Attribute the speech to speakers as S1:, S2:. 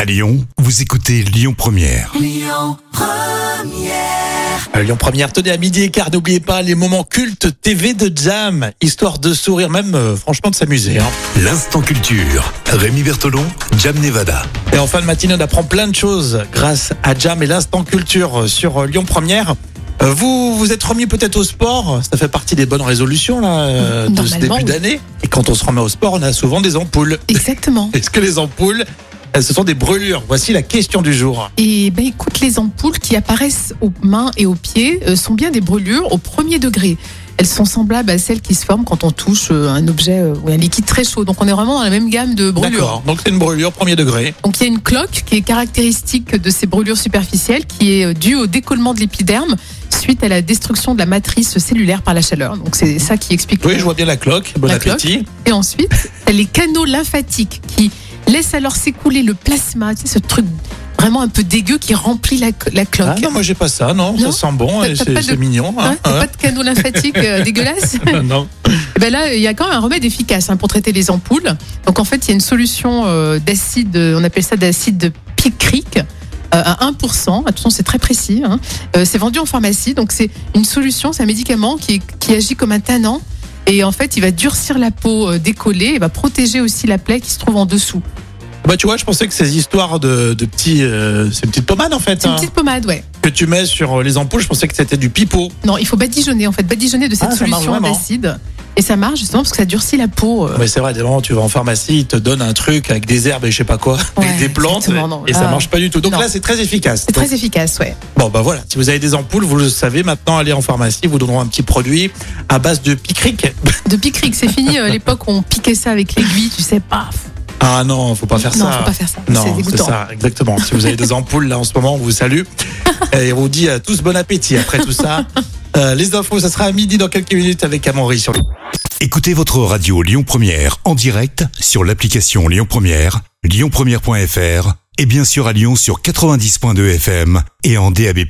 S1: À Lyon, vous écoutez Lyon Première.
S2: Euh, Lyon Première, tenez à midi et quart, n'oubliez pas les moments cultes TV de Jam, histoire de sourire, même euh, franchement de s'amuser. hein.
S1: L'instant culture. Rémi Bertolon, Jam Nevada.
S2: Et en fin de matinée, on apprend plein de choses grâce à Jam et l'instant culture euh, sur euh, Lyon Première. Euh, Vous vous êtes remis peut-être au sport, ça fait partie des bonnes résolutions là, euh, de ce début
S3: Normalement, oui.
S2: d'année. Et quand on se remet au sport, on a souvent des ampoules.
S3: Exactement.
S2: Est-ce que les ampoules, euh, ce sont des brûlures Voici la question du jour.
S3: Et ben écoute, les ampoules qui apparaissent aux mains et aux pieds euh, sont bien des brûlures au premier degré. Elles sont semblables à celles qui se forment quand on touche euh, un objet euh, ou un liquide très chaud. Donc on est vraiment dans la même gamme de brûlures.
S2: D'accord, donc c'est une brûlure premier degré.
S3: Donc il y a une cloque qui est caractéristique de ces brûlures superficielles qui est euh, due au décollement de l'épiderme suite à la destruction de la matrice cellulaire par la chaleur. Donc c'est ça qui explique.
S2: Oui, je vois bien la cloque. Bon
S3: La
S2: appétit.
S3: Et ensuite, t'as les canaux lymphatiques qui laissent alors s'écouler le plasma, tu sais, ce truc vraiment un peu dégueu qui remplit la, la cloque.
S2: Ah non, moi j'ai pas ça, non,
S3: Non
S2: ça sent bon
S3: T'as-
S2: et
S3: t'as
S2: c'est
S3: pas de-
S2: c'est mignon.
S3: Hein,
S2: hein,
S3: t'as
S2: ouais.
S3: pas de canaux lymphatiques euh, dégueulasses
S2: non.
S3: Eh ben là, il y a quand même un remède efficace hein, pour traiter les ampoules. Donc en fait, il y a une solution euh, d'acide, euh, on appelle ça d'acide picrique euh, à 1%. Attention, c'est très précis. hein. Euh, c'est vendu en pharmacie, donc c'est une solution, c'est un médicament qui, est- qui agit comme un tannant. Et en fait, il va durcir la peau euh, décollée et va protéger aussi la plaie qui se trouve en dessous.
S2: Bah tu vois, je pensais que ces histoires de, de petits, euh, c'est une petite pommade en fait
S3: C'est une
S2: hein,
S3: petite pommade, ouais.
S2: que tu mets sur euh, les ampoules. Je pensais que c'était du pipeau.
S3: Non, il faut badigeonner, en fait, badigeonner de cette
S2: Ah, ça marche
S3: solution
S2: vraiment.
S3: d'acide. Et ça marche justement parce que ça durcit la peau. euh,
S2: Mais c'est vrai, des moments tu vas en pharmacie, ils te donnent un truc avec des herbes et je sais pas quoi,
S3: Ouais,
S2: avec des plantes
S3: exactement, non.
S2: et ça
S3: Ah.
S2: marche pas du tout. Donc
S3: Non.
S2: là, c'est très efficace.
S3: C'est
S2: Donc,
S3: très efficace, ouais.
S2: Bon bah voilà, si vous avez des ampoules, vous le savez maintenant, allez en pharmacie, ils vous donneront un petit produit à base de picric.
S3: De picric, c'est fini euh, l'époque où on piquait ça avec l'aiguille, tu sais, paf.
S2: Ah non, faut pas faire
S3: non,
S2: ça.
S3: faut pas faire ça. c'est
S2: Non, c'est
S3: dégoûtant.
S2: ça, exactement. Si vous avez des ampoules là en ce moment, on vous salue. Et on vous dit à tous bon appétit après tout ça. Euh, les infos, ça sera à midi dans quelques minutes avec Amaury sur
S1: Écoutez votre radio Lyon Première en direct sur l'application Lyon Première, lyonpremière.fr et bien sûr à Lyon sur 90.2 FM et en DAB+.